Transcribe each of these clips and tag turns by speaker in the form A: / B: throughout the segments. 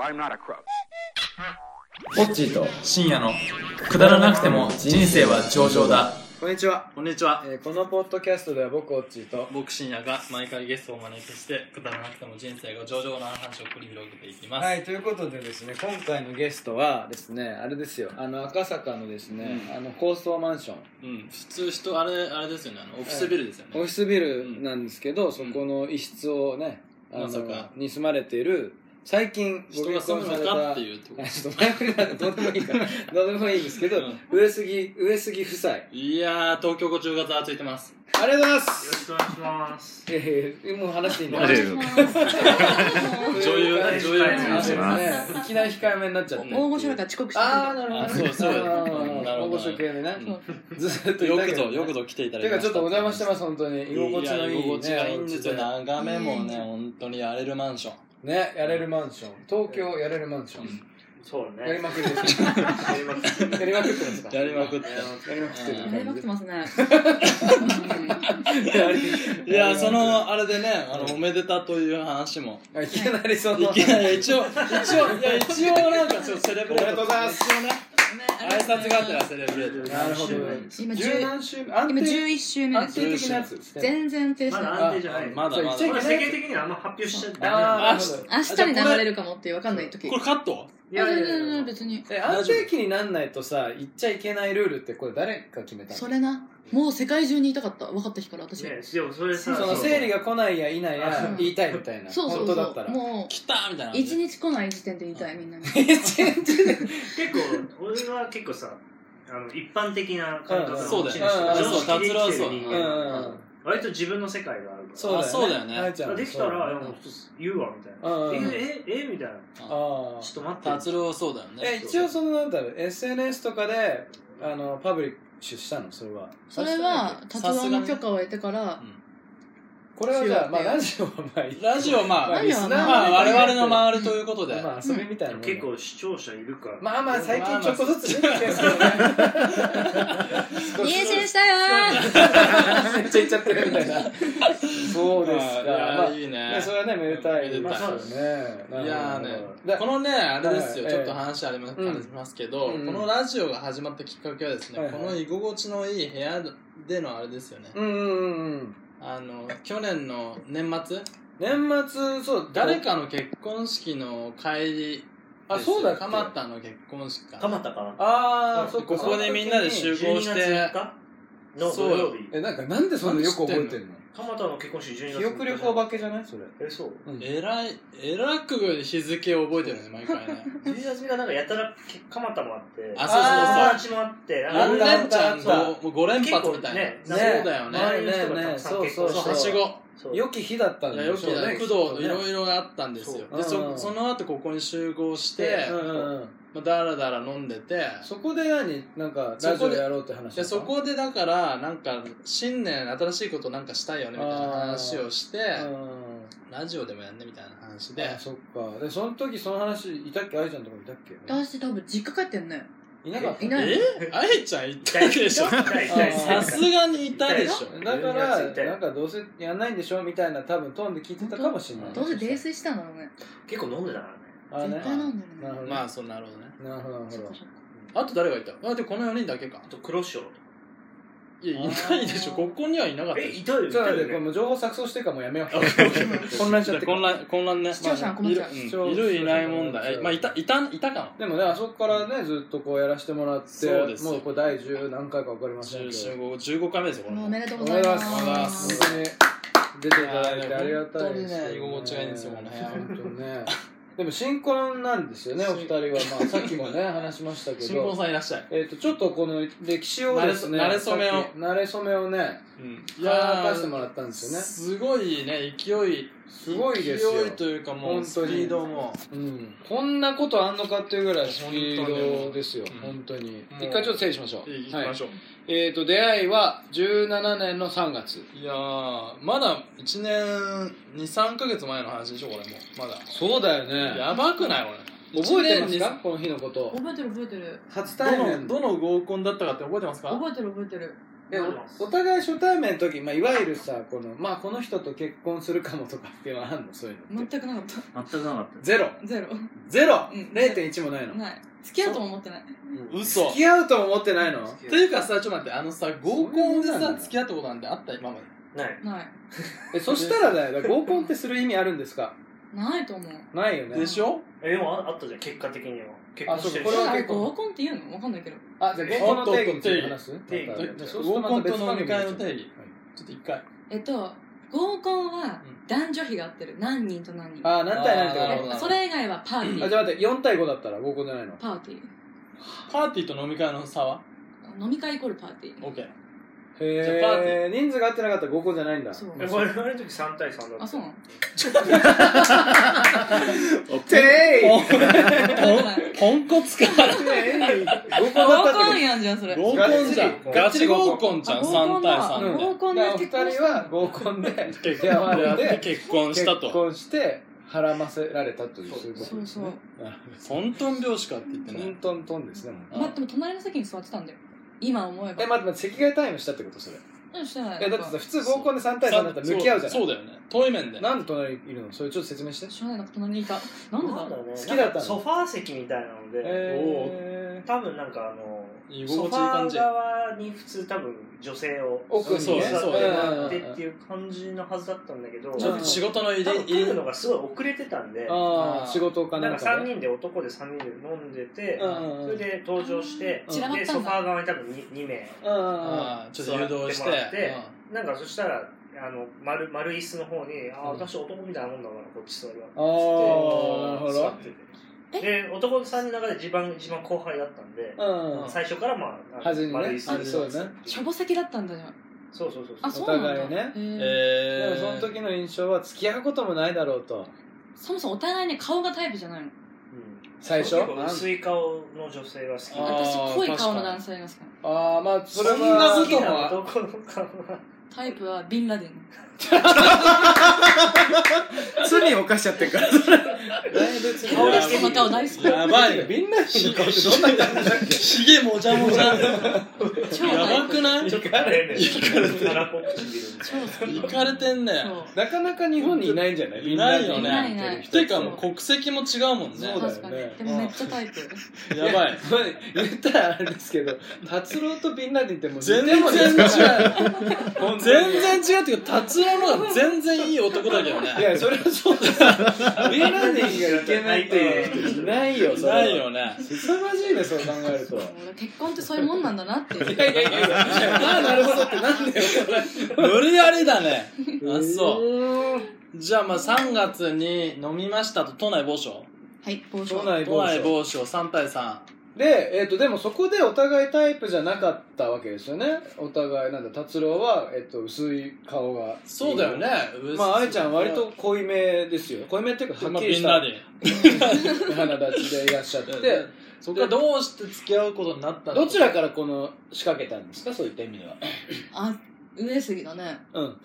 A: I'm not a crook.
B: ポッチーと
C: 深夜のくだらなくても人生は上々だ
B: こんにちは、
D: こんにちは。
B: えーこのポッドキャストでは僕ポッチーと
D: 僕深夜が毎回ゲストをお招きしてくだらなくても人生が上々な話を繰り広げていきます。
B: はいということでですね今回のゲストはですねあれですよあの赤坂のですね、
D: うん
B: あの高層マンション
D: うん、普通人あれあれですよね、あのオフィスビルですよね。
B: オフィスビルなんですけど、そこの一室をねあの
D: まさか
B: に住まれている最近ご
D: 人が
B: 結
D: 住
B: 婚
D: む
B: され
D: の
B: た
D: かっていうとこ
B: あちょっと前振りなんでどうでもい いからどうでもいいんですけど、
D: うん
B: 上杉上杉夫妻
D: いやー、東京ご中月はついてます。
B: ありがとうございます
E: よろしくお願いします。
B: いやいやもう話していいんだ
F: ありがとうございます
D: 女優、女優
E: はい
B: あ
F: し
B: そう
F: ま
B: ですねいきなり控えめになっちゃって
F: 大御所だから遅刻してくる
B: ああなるほど
D: あそうそう
B: あー
D: なるほど
B: 大御所系でね
F: そう
B: ずーっとい
D: よ
B: たけ
D: く
B: ど
D: ぞ、よくぞ来ていただ
B: て
D: き
B: か
D: ました。
B: ちょっとお邪魔してます本当に居心地のいいね
D: 居心地がいいんですよ、
B: ね
D: 眺めもね、本当に荒れるマンション。
B: ねやれるマンション東京やれるマンション
E: そうね。
B: やりまくりですか
E: やりまく
B: やりまくってますか
D: やりまくって。
B: やりまくってる
F: やりまくってますね
D: いや、その、あれでね、あの、おめでたという話も。
B: あいきなりそ
D: い
B: の
D: きなり一応、一応、いや、一応なんかちょっとセレブレート。
B: おめでとうございます
D: 一応ね、挨拶があったらセレブレート。
B: なるほどね
F: 今
B: 十
F: 10
B: 何週目安定
F: 今11週目で
B: 安
F: す
B: 定的なやつ
F: 全然安定して
E: ま
F: ない
E: だ安定じゃない。
D: まだま
B: そう
D: だ。
E: これ世間的にはあんま発表しちゃダ
B: ああなるほど
F: 明日に流れるかもっていう分かんない時
D: これカット
E: メなの。いやいやいやいや。
F: 別に
B: え安定期になんないとさ言っちゃいけないルールってこれ誰が決めたの
F: それなもう世界中にいたかった分かった日から私
E: ね、でもそれさ、
B: その生理が来ないやいない
E: あそ
B: や
F: う
B: 言いたいみたいな
F: そうそ
B: 本
F: う
B: 当
F: そ
B: だった
F: う
B: ら
F: もう
D: 来たみたいな。
F: 一日来ない時点で言いたいみん なに
E: 結構、俺は結構さ、あの一般的な感覚の
D: そうだ
E: 持ち主
D: よね。
E: 常
D: そう、
E: 識で
D: 達郎
E: 生きて
D: そ
E: る
D: う。
B: うん
E: 人間
B: うんうん
E: 割と自分の世界があるか
B: そうだよ
D: あ、
B: ね
D: そうだよ
B: あや
D: ね。
B: ちゃん
E: ら。
B: も
E: できたら、いやもう言うわみたいな。
B: うんうんうん
E: え、え、えみたいな。
B: あ
E: ちょっと待って。
D: 達郎そうだよ
B: あえ
D: ね。
B: 一応そのなんだろう SNS とかであのパブリッシュしたのそれは
F: それは達郎の許可を得てから
B: これはじゃあ
F: 違う
B: まあラジオはまあいい
D: ラジオ、まあ、ま
F: ラジオは
D: あ、
B: まあ
D: 我々の周りということで。
B: まあ遊びみたいなもんだ
E: 結構視聴者いるから。
B: まあまあ最近ちょっとずつ出てきてるけどね
F: 妊娠したよ
B: めっちゃ言っちゃってるみたいなそうですか
D: いや
B: まあ
D: いい
B: ね
D: ね。
B: それはねめでたい
D: めで
B: ま
D: た
B: あ
D: い
B: そうですね
D: いやーね
B: だ、
D: このね、あれですよ、
B: はい
D: ちょっと話あります,、
B: ええ
D: ありますけど、
B: うん
D: このラジオが始まったきっかけはですね、
B: はいはい
D: この居心地のいい部屋でのあれですよね、
B: うんうんうんうん
D: あの、去年の年末、
B: 年末そう
D: 誰かの結婚式の帰り、
B: あそうだっけ
D: かまったの結婚式か。
E: かまったかな
B: ああそっか
D: ここでみんなで集合し
E: 12月
D: て
E: 3、日の土曜日
B: えなんかなんでそんなよく覚えてんの
E: 蒲田の結婚式12月
B: 記憶力お化けじゃないそれ
E: えそう
D: えらい、えらく日付を覚えてるね、毎回 ね。
E: 12月3日なんかやたら蒲田もあって
D: あ、
B: あ
D: そうそうそう。
E: 友達もあってな
B: ー
D: 何
E: んか
D: 連チャン
B: あったあっ
D: の、もう5連発みたいな。
E: 結
D: そう
E: 構ね
D: だよね。
E: 周りの人がたくさん結婚
B: ね
D: そう、
B: そ
D: は
B: う
D: しご。
E: そう
B: 良き日だったん
D: いや
B: で
D: よ
B: し
D: き
B: ょう
D: だ
B: ね
D: 工藤いろいろあったんですよ
B: そう
D: で
B: うん
D: そその後ここに集合して、
B: うんうんうん
D: まあ、だらだら飲んでて
B: そこで何なんかラジオやろうって話
D: でそこでだからなんか新年新しいことなんかしたいよねみたいな話をして
B: うん
D: ラジオでもやんねみたいな話で
B: でそっかでその時その話いたっけ愛ちゃんとかいたっけ
F: 私多分実家帰ってんね
B: いなかった
F: いない
D: えあいちゃんいたで しょ
E: 痛い痛い痛い
D: さすがにいたでしょ
B: だか
E: いた
B: ら
E: い
B: なんかどうせやんないんでしょみたいな多分トーンで聞いてたかもしれない
F: どうせ泥酔したんだろうね
E: 結構飲んでたか
B: あー
E: らね
B: ね
F: 絶対飲ん
B: な
F: だろうね
B: るほど
D: まあそうなるほどね
B: なるほどなる
F: そっ
B: ほ
F: か
B: ど
F: そっか
D: あと誰がいたあでもこの4人だけか
E: あと黒潮
D: いやいないでしょここにはいなかった
E: え
D: で
E: い
D: した
E: よい
B: ちょっと
E: た
B: 待って
E: よ
B: これ
E: ね
B: もう情報錯綜してるからもうやめよう
D: ょ
B: 混乱しちゃってる
D: 混乱混乱ね
F: 視聴者が困っち
D: ま
F: ゃう
D: あねいるうんいるいない問題えまあいたいたいたかも
B: でもねあそこからねずっとこうやらせてもらって
D: そうですよ
B: もうこれ第10何回か分かりませんけど
D: 15, 15回目ですよ、これも。
F: もうおめでとう
B: お
F: ご
B: め
F: ざ
B: で
F: い
B: とうござ
F: ま
B: い
F: す
B: ます本当に出ていただいてありがたいですよ
D: いやーでも本当にね居心地がいいんですよこの部屋は
B: 本当ねでも新婚なんですよねお二人はまあさっきもね話しましたけ
D: 新婚
B: ど
D: さんいらっしゃい。
B: えっとちょっとこの歴史をですね
D: 慣れそ慣れ初めを
B: さっき慣れ初めをね
D: い
B: や
D: や
B: らせてもら
D: ー、
B: ったんですよね
D: すごいね、勢い。
B: すごいですよ
D: 勢いというかも
B: 本
D: う、スピ
B: 当に
D: ードも。
B: うんこんなことあんのかっていうぐらいスピードですよ
D: うん
B: 本当に
D: もう
B: 一回ちょっと整理しましょう
D: いき
B: はい
D: ましょう。
B: えー、と出会いは17年の3月
D: い、やー、まだ1年、2、3ヶ月前の話でしょ、これもう。まだ。
B: そうだよね
D: やばくない、これ。
B: 覚えてます
D: 一
B: か
D: 年
B: この日のこと
F: 覚えてる覚えてる
B: 初
D: にどの、どの合コンだったかって覚えてますか
F: 覚えてる覚えてる
B: で
E: 思います
B: おお互い初対面の時、まあ、いわゆるさこの、まあ、この人と結婚するかもとかっていうのはあるのそういうのっ
A: 全
B: て
A: くなかった
E: 全くなかっ
B: ゼロ
A: ゼロ
B: ゼロ、
A: うん
B: 0.1もないの
A: ない付き合うとも思ってない
D: 嘘
B: 付き合うとも思ってないの
E: た
D: というかさ、ちょっと待って、あのさ、合コンで
B: そうな
D: さ
B: ん、だ
D: 付き合ったことなんてあった今まで。
E: ない
A: ない
B: えそしたらだよだから合コンってする意味あるんですか
A: ないと思う
B: ないよね
D: でしょ
E: えでもああったじゃん結果的には結
B: あ
E: 婚
B: そう
E: し
B: か
E: て
B: こ
E: る
B: れ
E: し
B: は
A: あれ
B: 結構
A: 合コンって言うのわかんないけど
B: あじゃあ合コンの定義について話す
E: 定義
B: またそうする
D: 合
B: ま
D: コ
B: た
D: ン
B: 別
D: と飲
B: 番組
D: み
B: になっ
D: 会
B: ちゃう
D: の定義。ちょっと一回。
A: えっと合コンは
D: うん
A: 男女比が合ってる何人と何人
B: ああ何対何って
D: あーなるほ
B: こ
D: ど
A: えそれ以外はパーテ
B: とあ
A: ィ
B: じ
A: ー
B: ゃあ待って4対5だったら合コンじゃないの
A: パーティ
D: パーティーと飲み会の差は
A: ー飲み会イコールパーティー
D: ?OK。じゃあパー
B: へえ人数が合ってなかったら合コンじゃないんだ
A: そう
E: え我々の時3対3だった
A: あそうなの
B: てい
D: ポンコツか。
B: 合コンだった
A: 合
B: って
A: コ
B: こ
A: ンやんじゃんそれ
D: 合コンじゃん。ガ
B: ガ
D: チ
B: チ
D: 合
B: 合
D: コ
B: コ
D: ンじ
A: じ
D: ゃ
A: ゃ
D: ん、
A: ん
D: 3対
A: あ
D: 3
A: 合
D: で。
A: コン
B: とだ
A: で
B: からお二
A: 結婚し
B: 人
A: たの
B: は合コンで
D: 結
B: 出会わ
D: 婚
B: れ
D: で
B: て
D: 結婚した
B: 結
D: と。
B: 婚してはらませられたというそういうこと
A: そう
B: です
A: そう
B: ね
D: トントン拍子かって言って
B: ト
D: ね
B: ン。トントンですねもう
A: まあでも隣の席に座ってたんだよ今思えば
B: え待って待って席替えタイムしたってことそれ
A: うんしてない
B: いやだってさ普通合コンで3対3だったら向き合うじゃ
D: そうだよね。遠い面で。
B: ないなんで隣にいるのそれちょっと説明して
A: しょうがないなんか隣にいたなんでだ
E: なんだ
A: ろう
E: ろうね
B: 好きだったの
E: ソファー席みたいなので、
B: え
E: 多分なんかあの
D: 居
E: ソ
D: 心
E: フ
D: 地いい
E: ァ
D: 感じ
E: ー側に普通多分女性を
B: 奥にね
E: 座って
D: そう
E: も
D: ね
E: らってっていう感じのはずだったんだけど
B: ち
D: ちょっと仕事の入り
E: 多
D: 入
E: 分来
D: り
E: るのがすごい遅れてたんで
B: ー、あ
D: あ
B: あ
D: ー
B: 仕事かな
E: な
B: んん
E: か
B: か
E: 3
B: ね
E: 人で男で3人で飲んでて、
B: うんうん
E: それで登場して、
B: 散ら
A: ばっ
E: で
A: たんだ
E: ソファー側に多分 2, 名
B: あ
D: あーちょっと誘導して
E: 座ってもらっ
D: う
E: なんかそしたらあの丸丸椅子の方に「あー
D: うん
E: 私男みたいなもんだからこっち座るわ」
B: あーなるほど
E: 座っててで男3人の中で一番一番後輩だったんで、
B: あうん
E: 最初からまああの
B: 端にね
E: 丸椅子
B: あそうだね
A: しょぼ先だったんだじゃん
E: そうそうそう
A: あ
E: そう
A: そうなんだ
B: お互いね
A: へー
D: ん
B: で
D: え
B: もその時の印象は付き合うこともないだろうと
A: そもそもお互いね顔がタイプじゃないの
E: うん
B: 最初
E: 結構薄い顔の女性は好き
D: あー
A: 私濃い顔の
D: 確かに
A: 男性が好きなの
B: ああまあそれは
D: そんなこ
E: 好
D: と
E: き
D: も
E: な男の顔は
A: タイプはビンラディン
B: 罪を犯しちゃってる から
A: 顔出しての顔大好き
D: やばい
B: みんなの顔ってどんな感じだっけ
D: ひげもじゃもじゃ
A: 超
D: や
A: タ
D: ば
A: イ
D: く
A: プ
D: ない
E: ちょっとあれね腹ぽっちびるみたいな
A: 超好
D: いかれてんね
A: そう
B: なかなか日本にいないんじゃない
D: いないよね
B: みんに言ってる人
D: てかもう国籍も違うもんね
B: そうだよね
A: 確かにでもめっちゃタイプ
D: やばい
B: まあ言ったらあれですけど達郎とビンラディンってもう似て
D: 全
B: る
D: 然
B: もん
D: 違う
B: ですから本当に
D: 全然違うっていうか達郎の方が全然いい男だけど
B: い
D: ね
B: やそれはそうですビンラディンがいけないっていう人いないよそれは
D: ないよね
B: 凄まじいねそう考えると
A: 俺結婚ってそういうもんなんだなっていう
B: いやいやいやいやああなるほどってなんだよ
D: 無理やりだね
B: これ
D: あそう
B: う
D: じゃあまあ3月に飲みましたと都内某所
A: はい帽子
B: 都内
D: 都
B: 某
D: 内
B: 所
D: 某所3対3
B: で、えっとでもそこでお互いタイプじゃなかったわけですよねお互いなんだ達郎は、えっと薄い顔が
D: そうだよね
B: まあ、あいちゃん割と濃いめですよ濃いめっていうかは
D: ま
B: っ
D: あ
B: きり
D: ビ
B: し
D: ン
B: た
D: ラディン
B: 花立ちでいらっしゃって
D: でそこからどうして付き合うことになったの
B: どちらからこの仕掛けたんですかそういった意味では
A: あ上杉だね
B: うん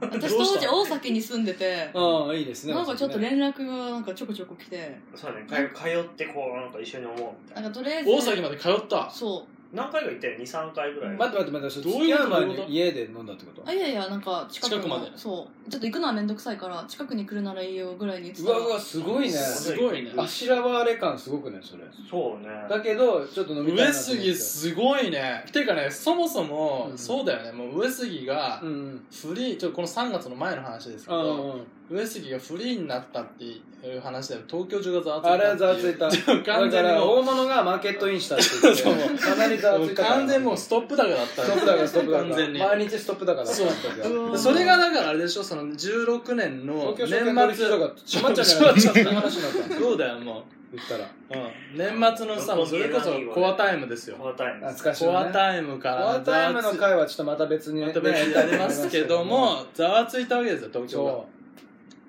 A: 私当時大崎に住んでて
B: ああいいですね
A: なんかちょっと
B: ね
A: 連絡がなんかちょこちょこ来て
E: そうだねかよ通ってこうなんか一緒に思うみ
A: な
E: た
A: いん
E: な
A: かとりあえず
D: 大崎まで通った
A: そ
E: 何回か行ったよ23回ぐらい
B: 待って待って待ってそれ
D: どう
B: 付
D: い
B: き
D: う
B: 合う前
D: どういうこと
B: に家で飲んだってこと
A: うあいやいやなんか近くの
D: 近くまで
A: そうちょっと行くのは面倒くさいから近くに来るならいいよぐらいに言って
B: う
A: たら
B: わうわすごいね
D: すごいね
B: あしらわれ感すごくねそれ
E: そうね
B: だけどちょっと飲みたい
D: 上
B: なと思って
D: 杉すごいねていうかねそもそも、
B: うん
D: そうだよねもう上杉が
B: うんうん
D: フリーちょっとこの3月の前の話ですけ
B: うん
D: ど、
B: うん
D: 上杉がフリーになったっていう話で東京中がざわついた
B: あれはざわつい
D: た
B: た
D: 完全
B: だか
D: に
B: ら
D: も
B: 大物がマーケットインしたって言って
D: そう
B: かなりざわつ
D: う
B: いたから
D: 完全にもうストップ高だっ
B: ストップ
D: た
B: だからストップだから
D: 完全に
B: 毎日ストップだから
D: そう
B: 東
D: それがだからあれでしょその16年の
B: 京
D: 年
B: 証券取引
D: 末
B: 所が閉まっちゃう
D: 閉まっちゃっ
B: そん
D: た
B: な話になったんだ
D: そうだよも
B: 言ったら
D: う、うん、年末のさもうそれこそコアタイムですよ
E: コアタイム
B: 懐かしいね
D: コアタイムか
B: コ
D: ら
B: アタイムの
D: ざわ
B: 回はちょっとまた別に
D: つ
B: ね
D: また別にやりますけどもざわついたわけですよ東京が
B: そ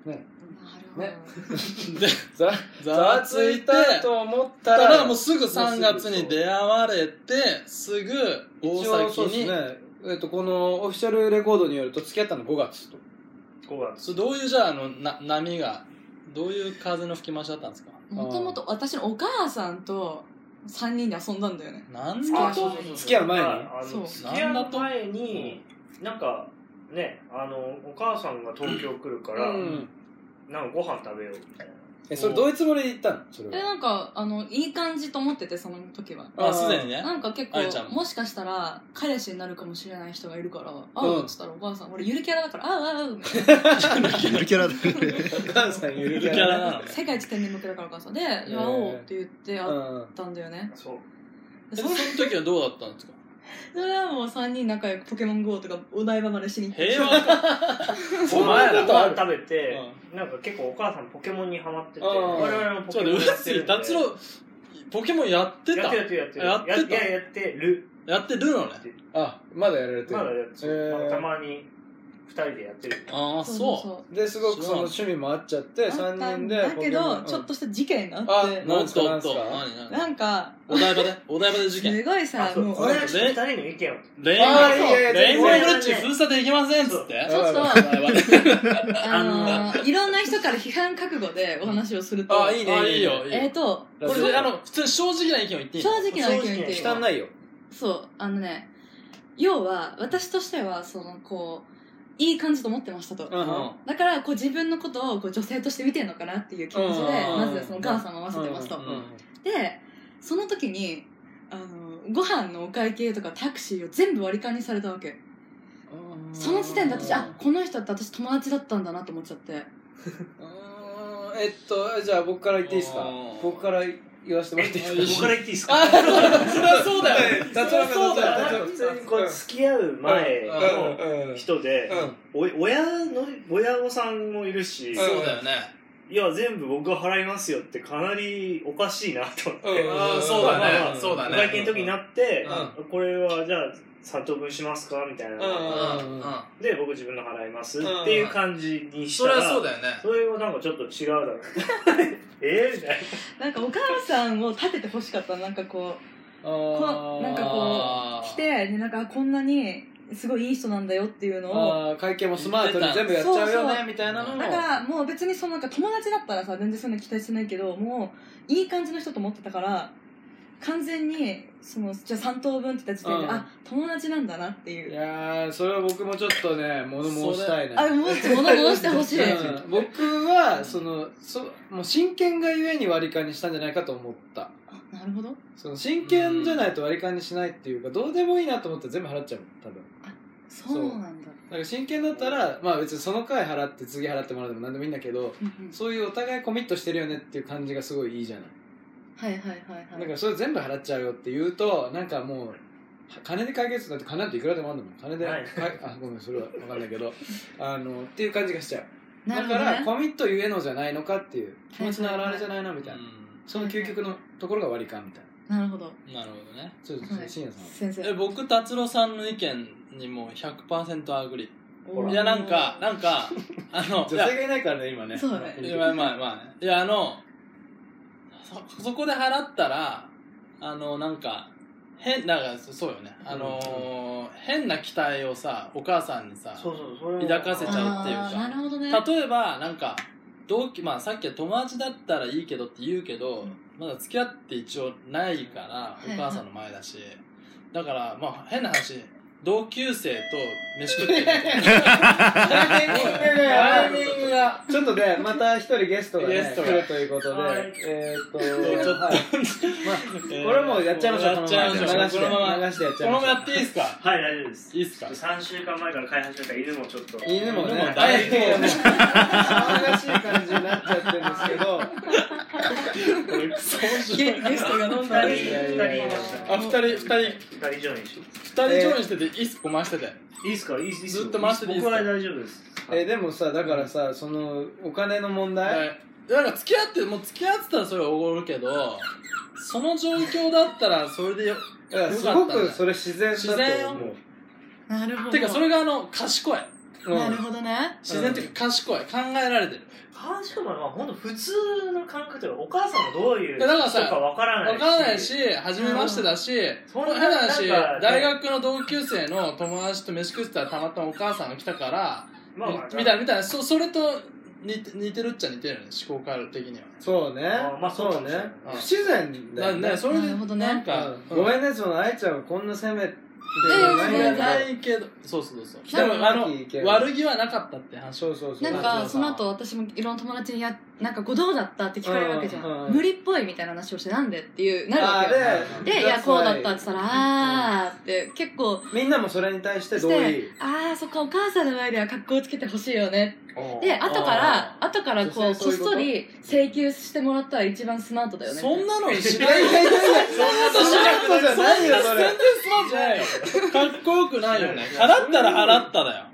A: なるほど
D: で
B: ねうざ
D: ざ
B: ざ
D: わ
B: わ
D: つ
B: つ
D: い
B: い
D: て
B: たと思った
D: た
B: ら
D: だもうすぐ3月に出会われてすぐ
B: 一応
D: 大崎
B: そうです
D: にそ,、
B: ねえっとこのオフィシャルレコードによると付き合ったの5月と
E: 5月
D: れどういうじゃああのな波がどういう風の吹き回しだったんですか
A: もともと私のお母さんと
F: 3人で遊んだんだよね
D: なん
E: あ
D: だ
E: そうそうそう
B: 付き合う前に
E: まああの
F: そう
E: 付き合う前になんかねあのお母さんが東京来るから、
B: うん
E: なんかご飯食べようみたいな
B: えそれどういうつもりで行ったのそれ
F: え
B: は
F: なんかあのいい感じと思っててその時は
D: あ、すでにね。
F: なんか結
D: あやちゃん
F: 構
D: も
F: もしかしたら彼氏になるかもしれない人がいるから「あ
B: うん
F: うっつったらおばあさん俺ゆるキャラだからあうあう」みたい
G: ゆるキャラでね。
B: お母さんゆる
D: ゆ
B: キ
D: る
B: ャ
D: キャ
B: ラ
D: ラなの
F: な
D: ね。
F: 世界一天然向けだからお母さんで「やおう」って言って会っ
B: うん
F: たんだよね、
E: そう
D: え
F: そ
D: その時はどうだったん ですか
F: それはもう3人仲良くポケモン GO とかお台場までしに行って
D: 平和 か。
B: お前ら
E: ご
B: とあ
E: 飯
B: る
E: 食べて、なんか結構お母さんポケモンにハマってて、
B: あー
E: 我々もポ
D: ちょ
E: ケ
D: っ
E: モ
D: と
E: ン
D: 待って、
E: や
D: 上杉
E: ってるんで。
D: 達郎、ポケモンやって
E: や
D: た
E: ってるやってる
D: やってた
E: やいややってる。
D: やってるのね。
B: あまだやられてる
E: まだやってる。
B: へー
E: まあたまに二人でやってる。
D: ああ、そう。
F: う
B: ですごくその趣味も合っちゃって
F: あ
B: 3
F: ったん
B: 人で
F: だけ
B: ポケモ
F: ど
B: ン
F: ちょっとした事件があっ
B: あ
F: て
D: おっとおっと。
B: なんすか
D: 何
F: な
D: 何
F: んか
D: お台場で、お台場で事件。
F: すごい
E: あ
F: さ
E: そう
F: もう
E: 俺はちょっ
D: ね
E: と二人の意見を。
D: レインボ
B: あーい
D: ー、
B: やいや
D: レインボーブ
E: 全
D: リ
E: 然
D: ッジ封鎖できませんっつって。
F: ちょっと
D: お台場で
F: あのーいろんな人から批判覚悟でお話をすると
B: あいいね
D: あいいよ、いい
F: え
D: よ
F: っ。と
D: これ、あの、普通に正直な意見を言っていい
F: 正
D: の
F: 直な意見言っていい
E: 正
B: 汚
E: 直
B: いよ
F: そうあのね要は私としてはそのこういい感じと思ってましたと、
B: うん
F: だからこう自分のことをこう女性として見てるのかなっていう気持ちで、
B: うん
F: まずそのお母さんを合わせてますと、
D: うん
F: でその時にあのご飯のお会計とかタクシーを全部割り勘にされたわけその時点で私あこの人って私友達だったんだなと思っちゃって
B: うーんえっとじゃあ僕から言っていいですか
D: うん
B: 僕から言わせてもらっていいですか
E: 僕 から言っていいです
D: あ
E: か
D: ー、そうだ、それはそうだよ。
B: ね達郎君
D: そうだよ
E: なんか普通にこう付き合う前の
B: うんうん
E: 人で、お親の親御さんもいるし、
B: ん
D: そうだよね。
E: いや全部僕が払いますよってかなりおかしいなと思って。
B: うん
D: ああ、そうだね、そうだ
E: お
D: ね。
E: 会計の時になって、
B: う
E: これはじゃあ3等分しますかみたいな、
D: うんうん。
E: で僕自分の払いますっていう感じにし
D: それ
E: たら、
D: はそうだよね。
E: それはなんかちょっと違うだ ろうえーみたい
F: なんかお母さんを立ててほしかったなんかこうこなんかこ
D: あー
F: う来てでなんかあこんなにすごいいい人なんだよっていうのを
B: あー会計もスマートに全部やっちゃう
F: そう
B: よ
F: そ
B: ねみたいなのも
F: だからもう別にそのなんか友達だったらさ全然そんな期待してないけどもういい感じの人と思ってたから完全にそのじゃあ3等分って言った時点で、
B: うん
F: あ友達なんだなって
B: い
F: いう
B: やーそれは僕もちょっと ね物申したいね
F: あもう物申してほしい、
B: うん僕はそのそもう真剣がゆえに割り勘にしたんじゃないかと思った
F: あなるほど
B: その真剣じゃないと割り勘にしないっていうか、どうでもいいなと思ったら全部払っちゃうもん多分
F: そうなんだ
B: だから真剣だったらまあ別にその回払って次払ってもらっても何でもいいんだけど
F: うんうん
B: そういうお互いコミットしてるよねっていう感じがすごいいいじゃない
F: はいはいはい
B: だ
F: はい
B: からそれ全部払っちゃうよって言うとなんかもうは金で解決だって金っていくらでもあるんだもん金で、
E: はい
B: かいあごめんそれは分かんないけど あのっていう感じがしちゃう
F: な
B: だ
F: るほ
B: か
F: ど
B: ら
F: ね
B: コミットゆえのじゃないのかっていう気持ちの表れじゃないなみたいな、
D: う
B: その究極のところが割り勘みたいな
F: なるほど
D: んなるほどね。
B: ちょっと
F: はい
B: 深夜さん
F: 先生
D: え、僕、達郎さんの意見にもう100%アグリ。
F: おー
D: いや、なんか、なんか、あの、い
B: 女
D: や
B: 性がいないからね今ね
F: そうだね
D: いや、まあまあまあね。いや、あの、そ、そこで払ったら、あの、なんか、変、なんか、そそうよね。あのー、変な期待をさ、お母さんにさ
E: な、そうそうそれは
D: 抱かせちゃうっていうか
F: あーなるほどね
D: 例えば、なんか、同期、まあさっきは友達だったらいいけどって言うけど、
F: うん
D: まだ付き合って一応ないから、
F: いはい
D: お母さんの前だし、だから、まあ変な話、同級生と飯食ってるみた いな。
B: タイミングが
D: タイ
B: やばい
D: ミングが。
B: ちょっとねまた一人ゲストがね
D: ゲストが
B: 来るということで、
E: はい
B: えーっと
D: ちょっと
B: はいまあこれもうやっちゃいましょう
D: やっちゃいましょう
B: このまま
D: このまま
B: 流して流してやっち
D: こ
B: ゃい
D: のまま
B: ましょう
D: やっていいですか
E: はい大丈夫です
D: いいですか
E: 3週間前から開発した犬もちょっと
B: 犬もね
D: 犬も
B: 大
D: 大
B: 変
D: 変
B: ね騒がしい感じになっちゃってるんですけど
F: ゲゲストが飲んだ
E: 二
F: り
E: 人
B: いやい
E: 二
B: やいや
E: 人いました
D: あ、二人、二人、二
E: 二人以上にして
D: 人上にしてて、いいっす、こう回してて。
E: いいですかいいです
D: ずっと回してていいっす
E: 僕
D: か
E: は大丈夫です
B: えーでもさだからさそのお金の問題、
D: はい。なんか付き合って、もう付き合ってたらそれはおごるけど、その状況だったらそれでよ、
B: いやすごくそれ自然だと思う
F: なるほど
D: てかそれがあの、賢い。
F: な
B: うん
F: るほどね
D: 自然っていうか賢い。考えられてる。
E: 川島は本当普通の感覚というかお母さんもどういう
D: いやだからさ
E: 人かわからない
D: わからないし、初めましてだし、
E: そんな
D: 変な話、
E: なんか
D: 大学の同級生の友達と飯食ってたらたまたまお母さんが来たから、
E: まあまあ
D: みたいな、みたいな、そそれと、似て似てるっちゃ似てるよね思考回路的にはね
B: そうね
E: あまあそうかもしれない
B: 不自然だよ
D: な
B: ね
D: ねそれで
F: なるほどね
D: なんか、
B: うんごめんねそのあいちゃんはこんな攻めて
D: いやいやないけどそうそうそうでもあの
B: いいけど
D: 悪気はなかったって話
B: そうそうそう
A: なん
D: まあ
A: かその後私もいろんな友達にやなんか「こうどうだった?」って聞かれるわけじゃ
B: うんうんうんん
A: 無理っぽいみたいな話をしてなんでっていうなる
B: あ
A: わ
B: ー
A: けよ
B: で
A: で「いやこうだった」って言ったら「
B: ん
A: あー」って結構
B: みんなもそれに対して
A: し
B: 同意
A: て「あーそっかお母さんの前では格好をつけてほしいよね」で
D: あー
A: 後から後からこうこ
B: 女
A: っ
B: 性そういうこと
A: そり請求してもらったら一番スマートだよね
D: そんなのし
B: い
D: な
B: や
D: い
B: いやいやいや そんなことしないじゃないよそ
D: 全
B: れ
D: 然そうじゃないよかっこよくないよね払ったら払っただよ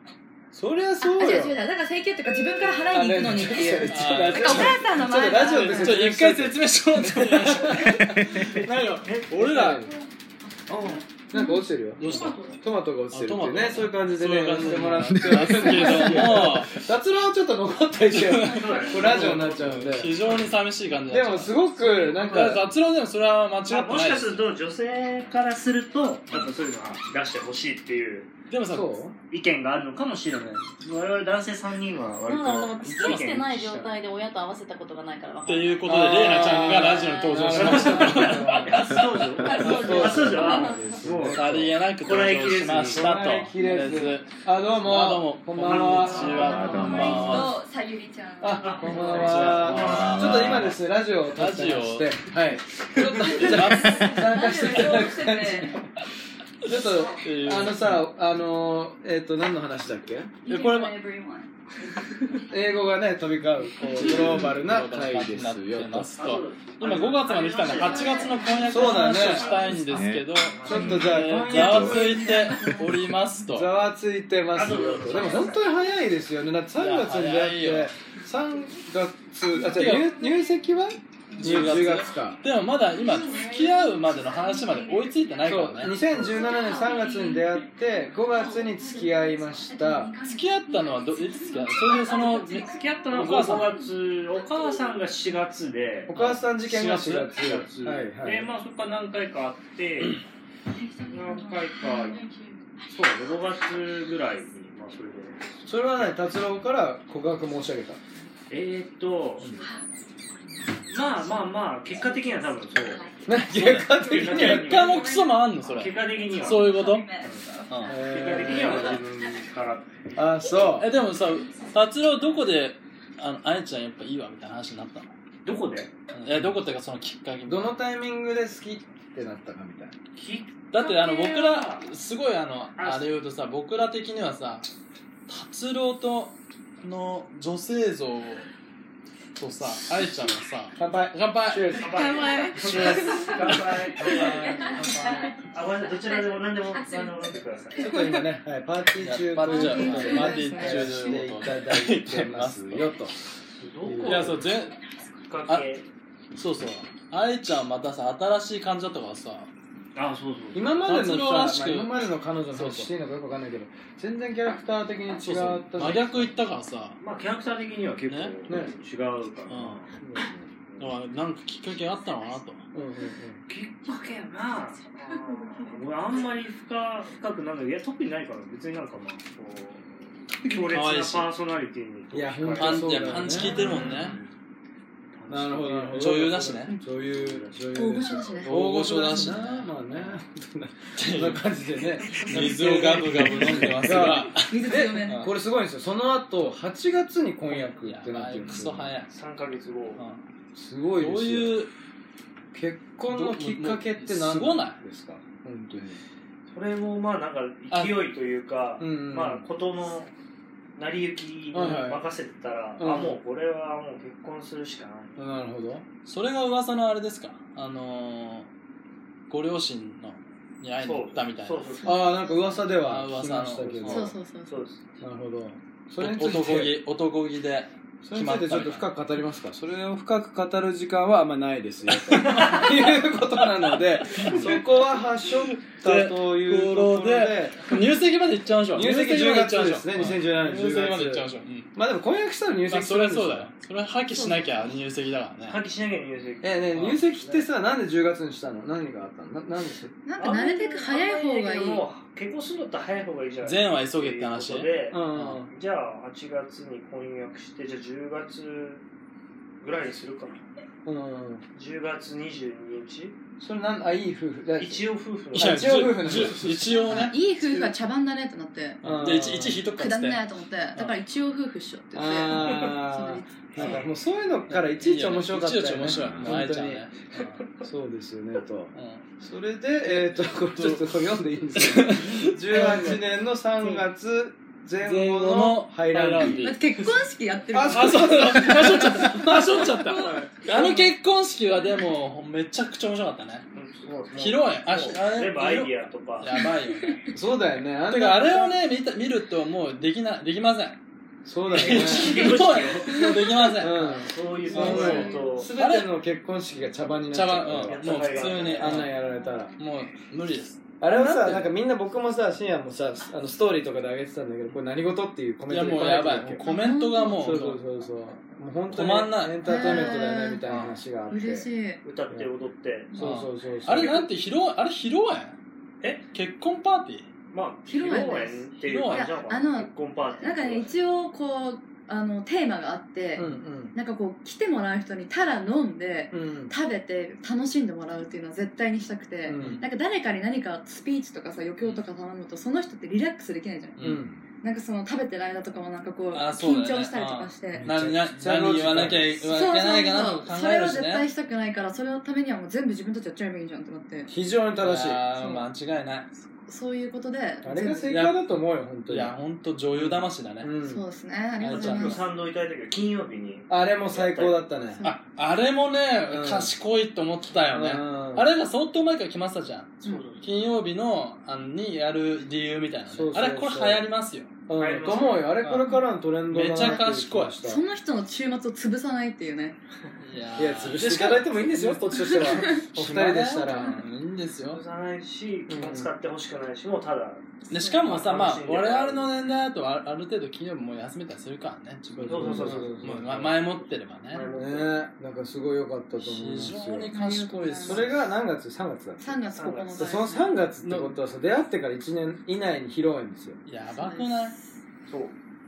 B: そりゃ
A: あ
B: そう
A: 違
B: よ
A: う違う違うだから請求っていうか自分から払いに行くのにって いう
B: ちょっと
A: な
B: ラジ
A: ん
B: オ
A: かお母さんの
B: ちょ
A: 前
B: っと
A: で
B: ラジオで
D: ちょっと一回説明しようと思いましたなん か俺ら
B: なんか落ちてるよ
D: どうした
B: トマトが落ちてるっていうね
D: あトマト
B: そういう感じでね
D: そういう
B: や
D: 感
B: っ
D: じで
B: てもらって
D: だけども
B: 脱郎はちょっと残ったりしてこれラジオになっちゃうんで
D: 非常に寂しい感じ
B: でもす
D: ごい
B: ごくなんか
D: 雑論でもそれは間違って
E: まあも
D: な
E: し
D: い
E: か
D: です
E: る
D: す
E: と女性からするとやっぱそういうのは出してほしいっていう
D: でもさ
B: そう
E: 意見があるのかもしれない我々男性3人は割
H: どうだろうでも
E: と
H: 私そうしてない状態で親と合わせたことがないからわ
D: っ
H: か
D: て
H: んない
D: いうことでレイナちゃんがラジオに登場しました
E: 初登場初登場はもう
D: さりげなく登場しましたと
B: こらえきれず
D: こらえきれず
B: あどうも
D: あどうも
B: こんばんは
D: こんにちは
B: こんばん
D: こんばんは
B: は
H: とさゆりちゃん
B: あこんばん
D: は
B: はちょっと今ですねラジオを撮ってましてはいちょっと参加していただく感じちょっ
D: っていう
B: とあのさあのえっと何の話だっけ
D: えこれも
B: 英語がね飛び交うこうグローバルな会ですよ
D: なって
B: と
D: ますと今5月まで来たんで8月の婚約
B: そ
D: の
B: うだね
D: 話をしたいんですけど
B: ちょっとじゃあ
D: え
B: 今
D: ー
B: 夜
D: ざ
B: と
D: わついておりますと
B: ざわついてますよとでも本当に早いですよねだって3月に出会
D: い
B: っ
D: や
B: て3月あ
D: いや
B: 違う入入籍は
D: 10月
B: 10月か
D: でもまだ今付き合うまでの話まで追いついてないか
B: そう
D: らね
B: 2017年3月に出会って5月に付き合いました
D: 付き合ったのはどいつ付き合ったそれでその
E: 付き合ったのが5月お母さんが4月で
B: お母さん事件が4月
E: 4月
B: はいは
E: で
B: い
E: まあそこから何回かあって何回かそう5月ぐらいにまあそれで
B: それはね達郎から告白申 し上げた
E: えーっとまあまあまあ結果的には多分そう
B: ね結果的には
D: 結果もクソもあんのそれ
E: 結果的には
D: そういうこと、うん
E: 結果的には自分から
B: あそ
D: えでもさ達郎どこであのあやちゃんやっぱいいわみたいな話になったの
E: どこで
D: うんえどこっていうかそのきっかけ
B: うどのタイミングで好きってなったかみたいな
E: き
D: だってあの僕ら
E: あ
D: すごいあの
E: あ
D: あれ言うとさ僕ら的にはさ達郎との女性像とさ愛ちゃんがさ
B: 乾杯
D: 乾杯
B: ューズ
E: 乾杯乾杯あごめんなさいどちらでも何でも何でも飲んでください
B: ちょっと今ね、はい、パーティー中
D: パーティー中
B: ということで
D: パーティー中
B: していただいてますよと
E: どこ
D: いやそうぜん
E: きっかけ
D: そうそう愛ちゃんまたさ新しい感じだったからさ
E: あそうそう
B: 今までのさ、
D: 達郎
B: ま
D: ら
B: あ
D: しく
B: 今までの彼女の話していいのかよくわかんないけど全然キャラクター的に違
D: そう
B: っ
D: そ
B: た
D: う
B: し
D: 真逆言ったからさ
E: まあキャラクター的には結構
D: ね
E: 違うから
D: うんだからなんかきっかけがあったのかなと
B: うんうんうん
E: きっかけな俺あんまり深深くなんだけどいや特にないから別になんかまあこう強烈なパーソナリティに
B: いや本当
D: パン
B: そう
D: い
B: だよ
D: や
B: ね
D: パンチ効いてるもんね
B: なるほどなるほど
D: 女優だしね
B: 女優女優
F: 大御所だしね
D: 大御所だしね
B: まあねそんな感じでね
D: 水をガブガブ飲んでますが
B: が
F: 水強め
B: これすごいんですよその後8月に婚約ってなっ
D: ば
B: て
D: い
B: るんで
D: ク
B: す
D: ソ
B: よ
D: 早い、
E: 3ヶ月後
D: う
B: すご
D: ん、
B: い
D: ど
B: で
D: う
B: すよ
D: いう
B: 結婚のきっかけって
D: すご
B: 何
D: ない
B: ですか本当に
E: それもまあなんか勢いというか
B: うんうん
E: まあことの成り行きに任せてたら、
B: うん
E: あもうこれはもう結婚するしかない、
B: なるほど
D: それが噂のあれですかあのー、ご両親のに会いに行ったみたいな
E: そうそうそう
B: ああなんか噂では
D: あー
B: 聞き
D: 噂の
B: ましたけど
F: そうそうそう
E: そうです
B: なるほどそれにつ
D: お
B: い
D: 男
B: て
D: 気男気で
B: それについてちょっと深く語りますかそれを深く語る時間はあんまないですよということなのでそこは発症ったというところで
D: 入籍まで行っちゃいましょう
B: 入籍10月ですね
D: 入籍
B: 2017年
D: 入籍まで行
B: 10
D: っちゃいま
B: 月
D: しょう、うん
B: まあでも婚約したら入
D: まあ、
B: 籍す
D: そ
B: る
D: れは
B: んですよ
D: そうだよそれは破棄しなきゃ入籍だからね
E: 破棄しなきゃ入
B: え
E: 籍
B: えねえ入籍ってさなんで10月にしたの何があったのななんです
F: なんかなるべく早い方がいい
E: も結婚するんだったら早い方がいいじゃない
D: 善は急げって話
E: というこ
B: う
E: とで
B: んうん
E: じゃあ8月に婚約してじゃあ10月ぐらいにするかな
B: うん
E: 10月22日
B: それなんあいい夫婦だ
E: 一応夫婦
B: いや
E: の
B: 一応夫婦の
D: じゅじゅ一応ね
F: いい夫婦が茶番だねってなって
B: うん
D: じゃあ一 一引いとくか
F: く
D: っつ
F: だ
D: っ
F: ん
D: て
F: ねえと思ってだから一応夫婦っしょって言ってそ
B: あ
F: の
B: あなんかもうそういうのからいちいち面白かったよね
D: いちいち面白い
B: 本
D: 会えち
B: 当
D: ゃう
B: に
D: ね
B: そうですよねと
D: うんうん
B: それでえ っ、とこれちょっとこれ読んでいいんですか18年の3月前後のハイランディ
D: ィ
F: 結婚式やってる
B: あ
D: あ、
B: そう
D: そうそう。はしょっちゃった。はしょっちゃった。あの結婚式はでも、めちゃくちゃ面白かったね。広い。あ、しあれ
E: 全部アイディアとか
D: やばいよね。
B: そうだよねあんな
D: てか、あれをね、見た見るともうできな、できま せん。
B: そうだ よね
D: 広い。もうできません。
B: うん
E: そういう
B: す
E: こ
B: ご
E: と
B: い
E: を
B: すべての結婚式が茶番になっちゃ
D: 茶番、
B: う
E: や
D: うん。
E: った
D: もう
E: 甲
D: 普
E: 斐がある
D: 通に、
B: あ
D: あ
B: ん
D: の
B: なん、やられたら
D: もう無理です。
B: あれはさなんかみんな僕もさ深夜もさあのストーリーとかで上げてたんだけどこれ何事っていうコメ
D: い
B: ント
D: や、
B: で
D: もうやばい。もうコメントがもう、
B: そうそうそうそうもう本当
D: 止まんない
B: にエンターテインメントだよねみたいな話があって
F: 嬉しい
E: 歌って踊って
B: そうそうそうそ
D: あ
B: う
D: れなんて広い、あれ広いえ結婚パーティー
E: まあ披
F: 披
E: 露
F: 露宴で
E: 宴っていう感じなのか
F: いやあ
E: な
F: の
E: 結婚パーティー
F: なんかね一応こうあのテーマがあって、
B: うんうん
F: なんかこう来てもらう人にただ飲んで
B: うん
F: 食べて楽しんでもらうっていうのは絶対にしたくて、
B: うん
F: なんか誰かに何かスピーチとかさ余興とか頼むとその人ってリラックスできないじゃん、
B: うん
F: なんかその食べてる間とかもなんかこう
D: あそうだ
F: 緊
D: ね
F: 張したりとかして
D: なな何言わなきゃいけ
F: そう
D: な
F: そう
D: いかなと
F: そう
D: か
F: そ
D: 考え
F: れを
D: るし
F: 絶対
D: ね。
F: したくないからそれのためにはもう全部自分たちやっちゃえばいいじゃんってなって
B: 非常に正しいあ
D: あー間違いない。
F: そういうことで
B: れが
F: 全
B: 正解だと思うよ本当
D: い
B: に
D: や、ほんと女優魂だね。
B: う
F: 部そうんですねありがとうござい
E: 今
F: ま
E: 日
F: す
E: 賛同いただいたけど金曜日に
B: あれも最高だったね
D: あ、あれもね、
B: うん
D: 賢いと思ったよね。
B: うん
D: あれが相当前から来ましたじゃん。
E: そう
D: 金曜日の、あの、にやる理由みたいなね
B: そうそうそう
D: あれ、これ流行りますよ。
B: うんと思うよあれこれからのトレンドだなっていう気がした
D: めっちゃ賢い
F: その人の週末を潰さないっていうね
D: いや
B: いや潰していただいてもいいんですよこっちとしてはお二人でしたら
D: うんいいんですよ
E: 潰。さないし気も使ってほしくないしもうただ
D: で、しかもさ、まあ
E: 楽し、んでも
D: 我
E: らう
D: 々の年代だと、あある程度金曜日もう休めたりするからね、自分
E: そうそうそうそう
D: もうま前もってればね
E: 前。も
B: ねなんかすごい良かったと思い
D: 非
B: ますよ
D: 常に賢いです。
B: それが何月3月だっけ
F: 3月9日
B: でその3月ってことはさ出会ってから1年以内に披露宴ですよ
D: やばくない
E: そう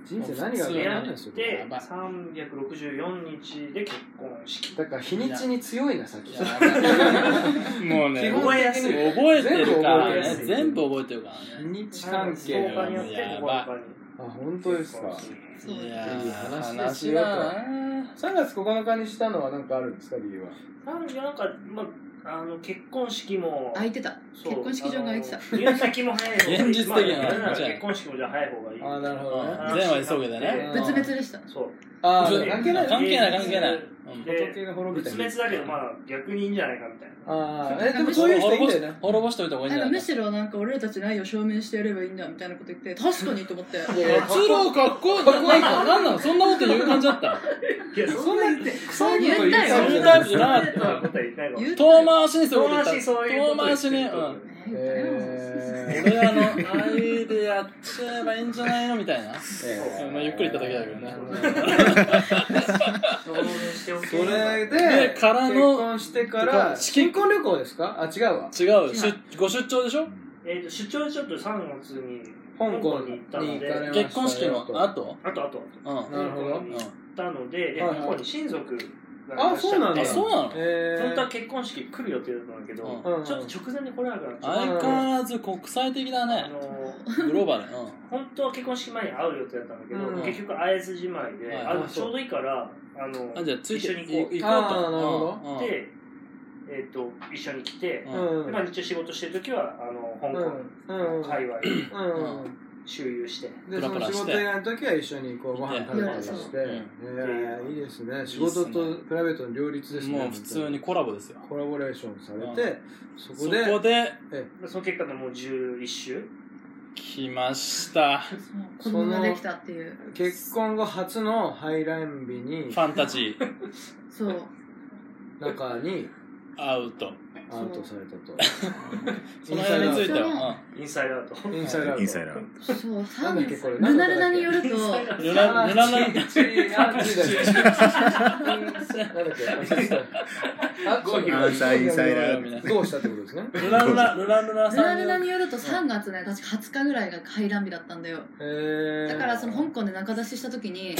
B: 人生何があるか分か
E: 出会
B: んないですよ
E: って
D: やばい
E: 364日で結婚式
B: だから日にちに強いなさっき
D: やばいもう
B: 基
D: ね、
B: 本的に
D: 覚えてるからね
B: 全部覚えてる
D: 全部覚えてるから
B: 日
D: ね
B: にち関係
E: 10日
B: が
E: によって
D: やばい
E: 9日
B: あ本当ですか
F: そう
D: いや
B: いい
D: ー
B: 話です
D: 話
B: よ
D: だな
B: 3月9日にしたのは何かあるんですか理由は
E: 彼女なんか、まあ、あの結婚式も
F: 空いてた
E: そう
F: 結婚式場が空いてた
E: あの入籍も早い方がいい
D: 現実的な
E: まあなんなら
D: じゃあ
E: 結婚式もじゃあ早い方がいい
B: ああなるほどね
D: うん善は急げでね
F: 別々でした
E: そう
B: ああ
D: そう
B: 関係ない
D: 関係ない関係ない
E: で
B: 仏が滅びた
E: 別々だけどまあ逆にいいんじゃないかみたいな
B: ああえでもそういう人いいんだよね
D: 滅ぼしといた方がいい
F: なん
D: んじ
F: か
D: ゃないか
F: むしろなんか俺らたちないよ証明してやればいいんだみたいなこと言って確かにと思って
B: いやいや
D: 通路かっこいいなんかなんなのそんなこと言う感じだった
E: いやそんな言って
B: そういうこと言
F: 言ったよ
D: そういうタイプじゃなかっ
E: そんなことは言ってないかも
F: 言う
D: 遠回しにそういう
E: 遠
D: こと言
E: 回
D: っ
E: したそういうこ
D: 遠
E: と
D: 回しに
E: 言
D: う
E: ってる
D: ん
B: え
D: 俺あのあいでやっちゃえばいいんじゃないのみたいな
B: ーえー
D: まあゆっくり言っただけだけどね
E: 承認しておけ
B: それで
D: でからの
B: 結婚してから
D: 資金
B: 新婚旅行ですかあ違うわ
D: 違う出ご出張でしょ
E: えーと出張でちょっと3月に
B: 香港に
E: に行
B: 行
E: っ
B: ったた
E: の
B: の
E: で
B: で
D: 結婚式の後
E: あとあと
D: うん
E: あと
B: なるほど
E: 香港に行ったのでで
B: は
E: 香
B: いはい
E: 港に親族がいら
B: あ
E: っしゃって
B: そうなんだ
D: あそうなの
B: え
E: 本当は
B: ー
E: 結婚式来る予定だったんだけど、
B: うん
E: ちょっと直前に来れなくなっちゃ
D: 相
E: っ
D: 変わらず国際的だ
E: た、あ
D: ね
E: の
D: グローバルう
E: 本当は結婚式前に会う予定だったんだけど、
B: うん
E: 結局会えずじまいで、
D: はい
E: あちょうどいいからあの
D: んあじゃあついて
E: 一緒に行こう
D: い行こうと
B: あーなるほ
D: うんうん
E: で、えっと一緒に来て、
D: う
B: うんん
E: でまあ、日中仕事してる時はあの香
B: うんう
E: 港
B: ん
E: 界隈
B: うん
E: 周遊して、
B: でその仕事以外の時は一緒にこうご飯食べたりしてえーいいですね仕事とプライベートの両立ですね
D: もう普通にコラボですよ
B: コラボレーションされてそ
D: そ
B: こで
D: こで
E: その結果でもう11周
D: 来ました
F: 子供ができたっていう
B: 結婚後初の排卵日に
D: ファンタジー
F: そう
B: 中に
D: アウト
B: アウトされたと。
D: その辺について
F: インサイダ
D: は、
E: インサイドアウト。
B: イ ンサイドアウト。
G: インサイダー。
F: そう、サ
B: な
F: ー
B: んだっけ
F: ミ
B: これ
F: ン。ヌナルナによると、
D: うん、ぬらぬらな
B: チーアーチーだよねなんだっけアーチーだよ
E: ゴーヒ
G: アンサーインサイダー。
B: どうしたってことですね。
D: ぬらぬらぬらぬら
F: ヌ
D: さ
F: ナ
D: ん
F: ル
D: に
F: ナによると3月ね、確か20日ぐらいが回覧日だったんだよ。だ
B: だ
F: からその香港で仲出しした時に、や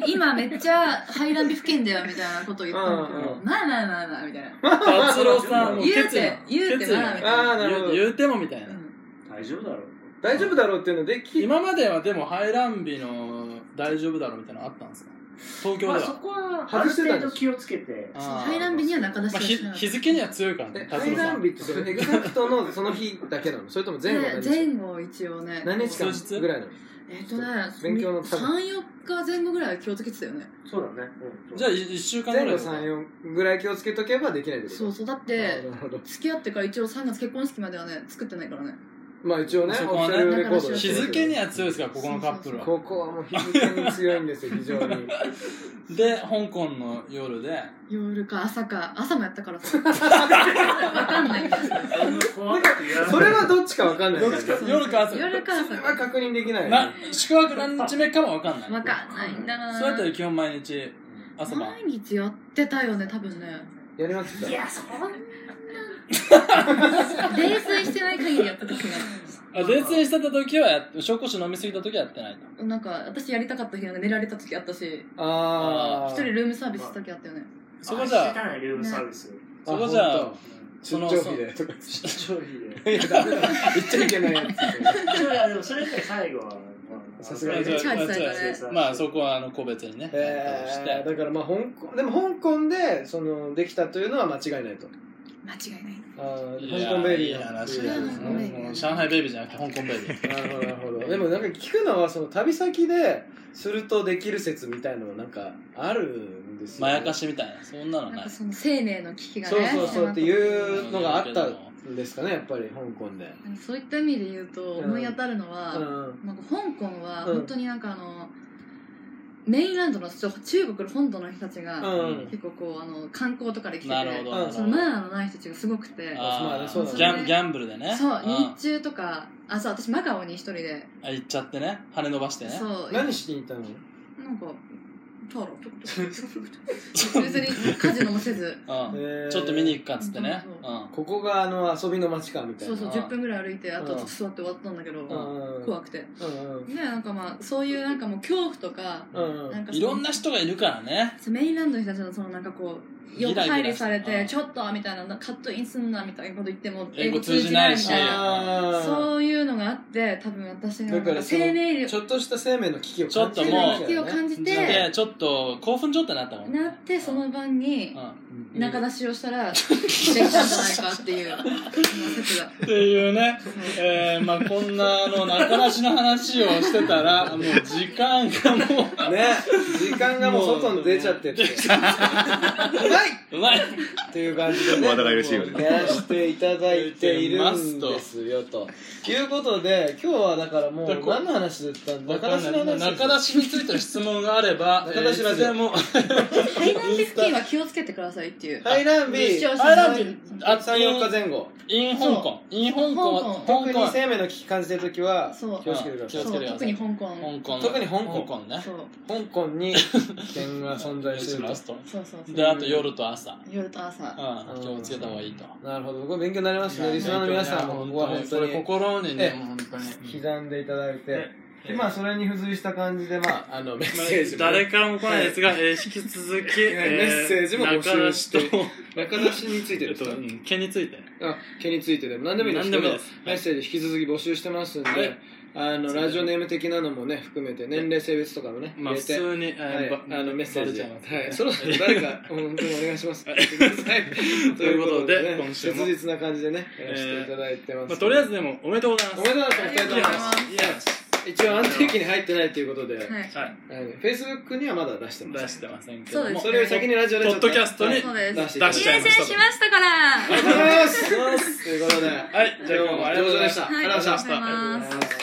F: べ今めっちゃ排卵日付近だよみたいなこと言ったんだけど、
B: うんう
F: まあまあまあまあみたいな。
D: 達郎さんも
F: 言う
D: ケチ
F: て
D: な、
F: 言うて
D: ケチ
F: まあ
D: な
F: みたいな。
B: ああ、なるほど
D: 言う。言うてもみたいな、
F: うん
E: 大丈夫だろう。
B: 大丈夫だろうっていうので、き
D: 今まではでも排卵日の大丈夫だろうみたいなのあったんですか東京で
E: ま
D: は、
E: あそこは、あ
B: 外
E: る
B: してたん
E: 程
B: で
E: 度
B: す
E: 気をつけて。
D: あー
F: そう排卵日には仲出し
D: まあ、
F: は
D: 日
F: しなかった
D: 日付には強いからね達
B: 海
D: 郎さ
B: 南
D: ん
B: 日ってそれエグザクトのその日だけなのそれとも前後なんですか
F: 前後一応ね。
B: 何
D: か
B: 日間ぐらいなの
F: えっとね、
B: 勉強のため
F: 3、4日前後ぐらいは気をつけてたよね。
E: そうだね。
D: じゃあ1週間ぐ
B: 前
D: ら
B: 後
D: い
B: 3、4ぐらい気をつけとけばできないってこと
F: そうそう。だっ
B: あ
F: て
B: ー、なるほど。
F: 付き合ってから一応3月結婚式まではね、作ってないからね。
B: まあ一応ね、
D: そこ
B: オフ
D: は
B: ィシ
D: ね
B: ャルレコードです
D: 日
B: けど
D: 付には強いですからここのカップルは
B: ここはもう日付に強いんですよ、非常に。
D: で香港の夜で
F: 夜か朝か、朝もやっ たからさ。わかんないんだよ
B: それはどっちかわかんないよね。
D: 夜か朝か
F: 夜か
B: そ
F: 朝
B: れは
F: か。
B: 確認できないよね。
D: な宿泊何日目かも分かんない
F: わかんないんだな。
D: そうやったら基本毎日朝晩
F: 毎日やってたよね、多分ね。
B: やりますか
H: そんな
F: 泥酔してない限りやってた気がす
D: あ泥酔してた時はやっ紹興酒飲みすぎた時はやってないと
F: る。なんか、私やりたかった日は寝られた時あったし、
B: あー。
F: 一人ルームサービスした時あったよね。
D: そこじゃあ
E: あ。ルームサービス。
D: そこじゃあ
B: あ、
D: そ
B: 出
D: の
B: 張費でとか。
E: 超いいね。
B: いや、ダメだ。言っちゃいけないや
E: いやでもそれって最後は、
B: さすがに
D: じゃあ
F: チャージされたね
E: そうそう
D: まあそこはあの個別にね
B: つ。えー、
D: して
B: だからまあ香港、でも香港で、その、できたというのは間違いないと。
F: 間違いない。
B: あー香港ベイ
D: いや
B: ビー
D: いい
B: な
D: 話だよね
F: 香港ベイビー
D: もう上海ベイビーじゃなくて香港ベイビー
B: なるほどなるほどでもなんか聞くのはその旅先でするとできる説みたいのはなんかあるんですよ、
D: まやかしみたいなそんなの
F: なん
D: ない
F: かその生命の危機がね。
B: そうそうそうっていうのがあった
D: うん
B: んですかねやっぱり香港で
F: なんかそういった意味で言うと、
B: うん
F: 思い当たるのは、
B: うん
F: なんか香港は
B: うん
F: 本当になんかあの、メインランドの人中国の本土の人たちが、
B: うん
F: 結構こうあの観光とかで来てて
D: なるほどなるほど
F: そのマナーのない人たちがすごくて
B: まあ
D: あ
B: ねそう
D: ー
B: だね
D: ギャンギャンブルでね
F: そう
D: うん
F: 日中とかあそう私マカオに一人で、
D: あ行っちゃってね羽伸ばしてね
F: そう
B: 何しに行ったの
F: なんかタロとか別にカジノもせず
D: うん
B: えー
D: ちょっと見に行くかっつってね
F: そう
D: う
F: そ
D: ん
B: ここがあの遊びの街かみたい
F: そ
B: な
F: うそう
D: あ
F: 10分ぐらい歩いてあとはちょっと座って終わったんだけど、
B: うん
F: 怖くて
B: うんうん
F: ねなんかまあそういうなんかもう恐怖とか
B: うん
F: なんか
D: いろんな人がいるからね
F: そうメインランドの人たちのそのなんかこうよ
D: ギ
F: く
D: ラギラ
F: 配慮され
D: う
F: て
D: ん
F: ちょっとみたいなカットインすんなみたいなこと言っても
D: 英語通じないし
F: 英語通じないみたいな
B: あ
F: そういうのがあって多分私の
B: だからその
F: 生命
B: ー
F: 力
B: ちょっとした生命の危機を
D: ちょっと
B: 感
F: 生
B: じ
D: も
B: る
D: う
F: 命の気を
B: わけだよね
F: 感じ
D: で
F: て
D: ちょっと興奮状態になったもんね
F: なってその晩に
D: うん
F: 仲出しをしたらできたんじゃないかっていうその説が
D: っていうね、えー、まあこんなあの仲出しの話をしてたら、もう時間がも、
B: ね時間がもう外に出ちゃっててうまいう
D: うまい。
B: っていう感じでね、
G: わだかりらしいよね
B: やらしていただいているんですよ と。いうことで、今日はだからもう
D: だからこう
B: 何の話だったんだ
D: 仲
B: 中
D: 出し
B: 出しの話
D: 中出しについての質問があれば、
B: 中出しラジオ
D: えーいつでも、
F: 海岸付近は気をつけてくださいっていう
B: ハイランビ
F: 一緒
B: ー、
D: アイランビーあ
B: 3、4日前後。
D: イン香港、イン香港、香
B: 特に
D: 港、
B: 生命の危機感じてるときは、
F: そう
B: 気をつけてくださ
D: 気
B: い
D: を。つけて
F: そう
D: くだ
F: 特
D: さい
F: に香港
D: 香港、
B: 特に香
D: 香
B: 港
D: 港ね。
F: そう
B: 香港 に危険が存在して
D: し
B: る
D: ます
B: と。
D: と。
F: そうそうそう
D: で、あと夜と朝、
F: 夜と朝
D: うん、気をつけた方がいいと。
B: なるほど。これ勉強になりますね。リスナーの皆さんもここは本当
D: これ
B: に
D: 心に
B: え
D: ね、
B: え
D: もう本当に。
B: 刻んでいただいて、でまあそれに付随した感じで、まあ、あ の、メッセージもね
I: 誰からも来ないですが、えー引き続き、
B: い メッセージも募集して
I: 中出しと
B: 中出しについて
I: え
B: で
I: っ
B: す
I: と、
B: か
I: うん毛について。
B: あ毛についてでも何でもいいですけど
I: 何でもいいです
B: メッセージ引き続き募集してますんで、
I: はい
B: あのラジオネーム的なのもね含めて年齢性別とかもね
I: まあ、
B: 入れ
I: 普
B: て、
I: 通に、えー
B: はい、あのメッセージ、
I: バレちゃいますね
B: はい、そろそろ誰か本当にお願いしますはい ということで,、
I: ということで
B: ね、
I: 今週
B: 切
I: も
B: 実な感じでねや
I: えー
B: らせていただいてます、
I: まあ、とりあえずでも、おめでとうございま
B: お
I: す。
B: めでとうございますお二人とも
I: いやいや
B: 一応安定期に入ってないということで、はい
F: はい
B: フェイスブックにはまだ出してま
I: 出し
B: す
I: てませんけ
F: そ
I: ど
F: うです
I: も。
F: ね
B: それより先にラジオでちょっと
I: ポッドキャストに
F: そうです
B: 出していただい
I: 出
B: て
I: しちゃいま
F: 入選
I: した
F: しましたから
B: ありがとうございますということで
I: はい、じゃあ今日もありがとうございました。
B: た
F: はい
B: ありがとうございました
F: ありがとうご
B: ありがと
F: ざいます
B: うございます